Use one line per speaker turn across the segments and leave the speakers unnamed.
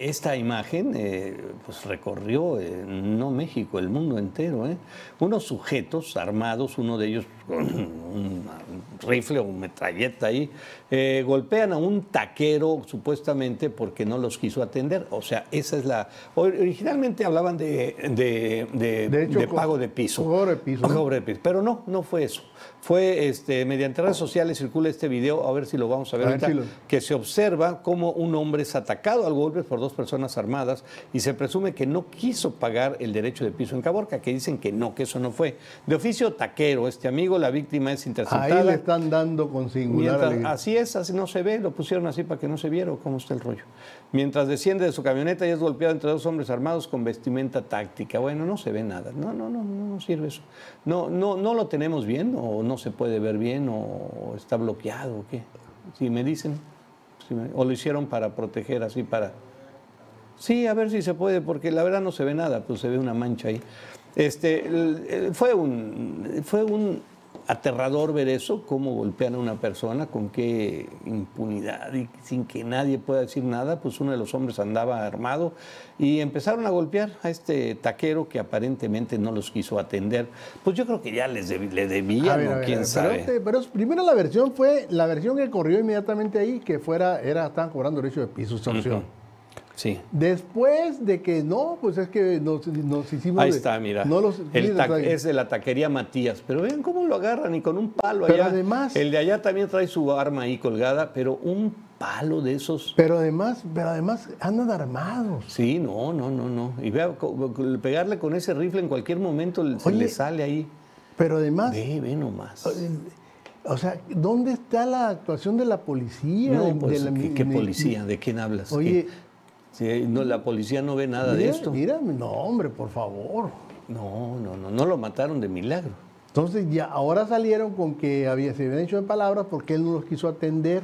Esta imagen eh, pues recorrió, eh, no México, el mundo entero. ¿eh? Unos sujetos armados, uno de ellos con un rifle o metralleta ahí, eh, golpean a un taquero supuestamente porque no los quiso atender. O sea, esa es la... Originalmente hablaban de, de, de,
De hecho,
de
con-
pago de piso.
cobro de piso, ¿no?
Cobro de piso. Pero no, no fue eso. Fue este, mediante redes sociales circula este video, a ver si lo vamos a ver
A ver
ahorita,
si lo-
que se observa cómo un hombre es atacado al golpe por dos personas armadas y se presume que no quiso pagar el derecho de piso en Caborca, que dicen que no, que eso no fue. De oficio taquero, este amigo, la víctima es interceptada.
Ahí le están dando con singular
Mientras-
alegría.
así es, así no se ve, lo pusieron así para que no se viera o cómo está el rollo. Mientras desciende de su camioneta y es golpeado entre dos hombres armados con vestimenta táctica. Bueno, no se ve nada. No, no, no, no, no sirve eso. No, no, no lo tenemos bien, o no se puede ver bien, o está bloqueado, o qué. Si me dicen, si me- o lo hicieron para proteger así, para. Sí, a ver si se puede, porque la verdad no se ve nada, pues se ve una mancha ahí. Este, el- el- fue, un, fue un aterrador ver eso, cómo golpean a una persona, con qué impunidad y sin que nadie pueda decir nada, pues uno de los hombres andaba armado y empezaron a golpear a este taquero que aparentemente no los quiso atender. Pues yo creo que ya les deb- le
A
debían,
ver, a
o
ver,
quién
a ver,
sabe.
Pero, te- pero es- primero la versión fue, la versión que corrió inmediatamente ahí, que fuera, era, estaban cobrando derecho de piso, esa opción.
Sí.
Después de que no, pues es que nos, nos hicimos.
Ahí
de-
está, mira.
No los,
El
mira,
ta-
o sea,
es de la taquería Matías. Pero vean cómo lo agarran y con un palo
Pero
allá.
además-
El de allá también trae su arma ahí colgada, pero un palo de esos.
pero además, pero además andan armados.
Sí, no, no, no, no. Y vea, co- co- pegarle con ese rifle en cualquier momento se
Oye.
le sale ahí.
Pero además, eh,
Ve, ve nomás.
o sea, ¿dónde está la actuación de la policía?
No,
De-
pues,
de la-
¿qué, qué
de-
policía? ¿De quién hablas?
Oye.
¿Qué? Sí, no, la policía no ve nada de
Mira,
esto.
mira, no, hombre, por favor.
No, no, no, no lo mataron de milagro.
Entonces ya ahora salieron con que había, se habían hecho de palabras porque él no los quiso atender.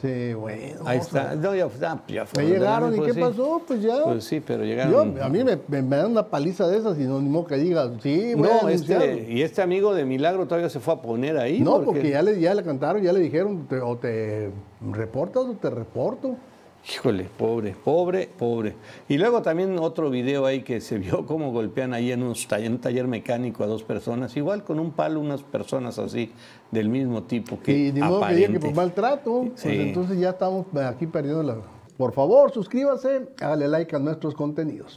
Se, bueno,
Ahí
o sea,
está. No, ya, ya- ya fue.
Me llegaron y qué
Pues sí.
pasó, pues ya.
Pues sí, pero llegaron.
Yo, a mí me, me- me dan una paliza de esas y no ni modo que diga, sí, voy a
No,
denunciar.
este, y este amigo de Milagro todavía se fue a poner ahí.
No, porque, ya, le, ya le cantaron, ya le dijeron, te- o te reportas o te reporto.
Híjole, pobre, pobre, pobre. Y luego también otro video ahí que se vio cómo golpean ahí en, unos ta- en un taller mecánico a dos personas, igual con un palo unas personas así del mismo tipo que
y ni modo que diga que
aparente.
por maltrato.
Sí.
Pues entonces ya estamos aquí perdiendo la... Por favor, suscríbase, hágale like a nuestros contenidos.